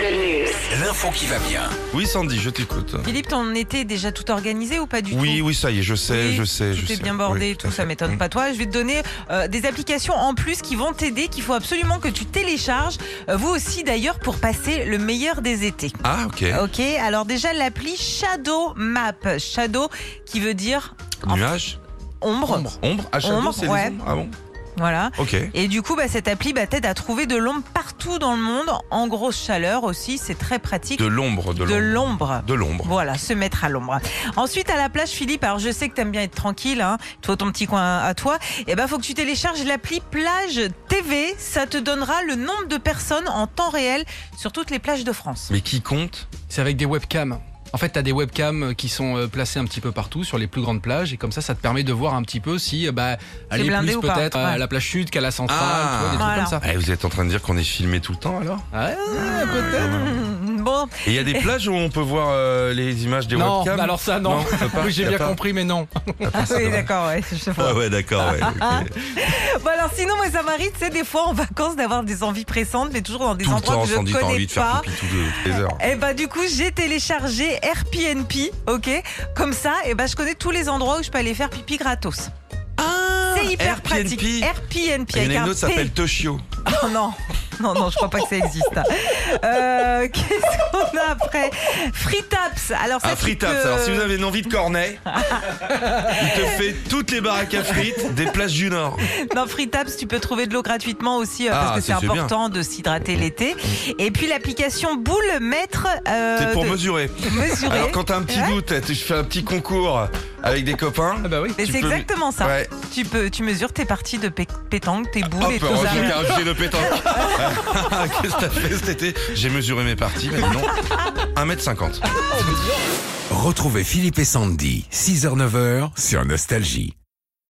le news. L'info qui va bien. Oui, Sandy, je t'écoute. Philippe, t'en étais déjà tout organisé ou pas du Oui, tout oui, ça y est, je sais, Oui, je sais, je Tout sais. est bien bordé Oui, et à tout, fait. ça m'étonne Mm. pas toi. Je vais te donner euh, des applications en plus qui vont t'aider, qu'il faut absolument que tu télécharges, euh, vous aussi d'ailleurs, pour passer le meilleur des étés. Ah, ok. Ok, alors déjà l'appli Shadow Map. Shadow qui veut dire en- Nuage ombre. Ombre À Shadow, Ombre, c'est les ouais. ombres Ah bon Voilà. Ok. Et du coup, bah, cette appli bah, t'aide à trouver de l'ombre partout dans le monde, en grosse chaleur aussi, c'est très pratique. De l'ombre, de De l'ombre. l'ombre. De l'ombre. Voilà, se mettre à l'ombre. Ensuite, à la plage, Philippe, alors je sais que t'aimes bien être tranquille, hein, toi, ton petit coin à toi, et ben faut que tu télécharges l'appli Plage TV. Ça te donnera le nombre de personnes en temps réel sur toutes les plages de France. Mais qui compte C'est avec des webcams. En fait, tu as des webcams qui sont euh, placées un petit peu partout sur les plus grandes plages et comme ça, ça te permet de voir un petit peu si euh, bah, elle est, blindé plus ou pas, peut-être euh, ouais. à la plage sud qu'à la centrale, tu Ah. vois, des trucs Voilà. comme ça. Eh, Vous êtes en train de dire qu'on est filmé tout le temps alors Ouais, peut-être. Mmh, Bon, Et il y a des plages où on peut voir euh, les images des Non, bah, bah webcams alors ça, non. Ah on peut pas, oui, j'ai y a bien pas. compris, mais non. ah, oui, d'accord, ouais, je vois. Ah ouais, d'accord, ouais. ok. Bon, alors sinon, moi, ça m'arrive, c'est des fois en vacances d'avoir des envies pressantes, mais toujours dans des Tout le endroits temps, que je ne Sandy, connais t'as envie de faire pas. pipi toutes les- toutes les heures. Et bah du coup j'ai téléchargé Airbnb, ok Comme ça, et bah je connais tous les endroits où je peux aller faire pipi gratos. c'est hyper Airbnb. pratique. Airbnb. Il y en avec a un une autre qui s'appelle P. Toshio. Oh non, non, non, je crois pas que ça existe. hein. Euh, Qu'est-ce qu'on a après FreeTaps. Alors ça Ah, fritaps. Alors, si vous avez une envie de cornet, il te fait toutes les baraques à frites des places du Nord. Non, FreeTaps, tu peux trouver de l'eau gratuitement aussi euh, Ah, parce que c'est ça, c'est bien. important de s'hydrater l'été. Et puis l'application Boule Mètre. euh, C'est pour de- mesurer. mesurer. Alors, quand t'as un petit Ouais. doute, tu fais un petit concours avec des copains. Ah bah oui. Mais tu c'est peux- exactement ça. Ouais. Tu peux, tu mesures tes parties de pé- pétanque, tes boules Hop, et tout heureusement ça. qu'il y a un filet de pétanque. Qu'est-ce que t'as fait cet été J'ai mesuré mes parties, mais non. 1m50. Retrouvez Philippe et Sandy, 6h-9h sur Nostalgie.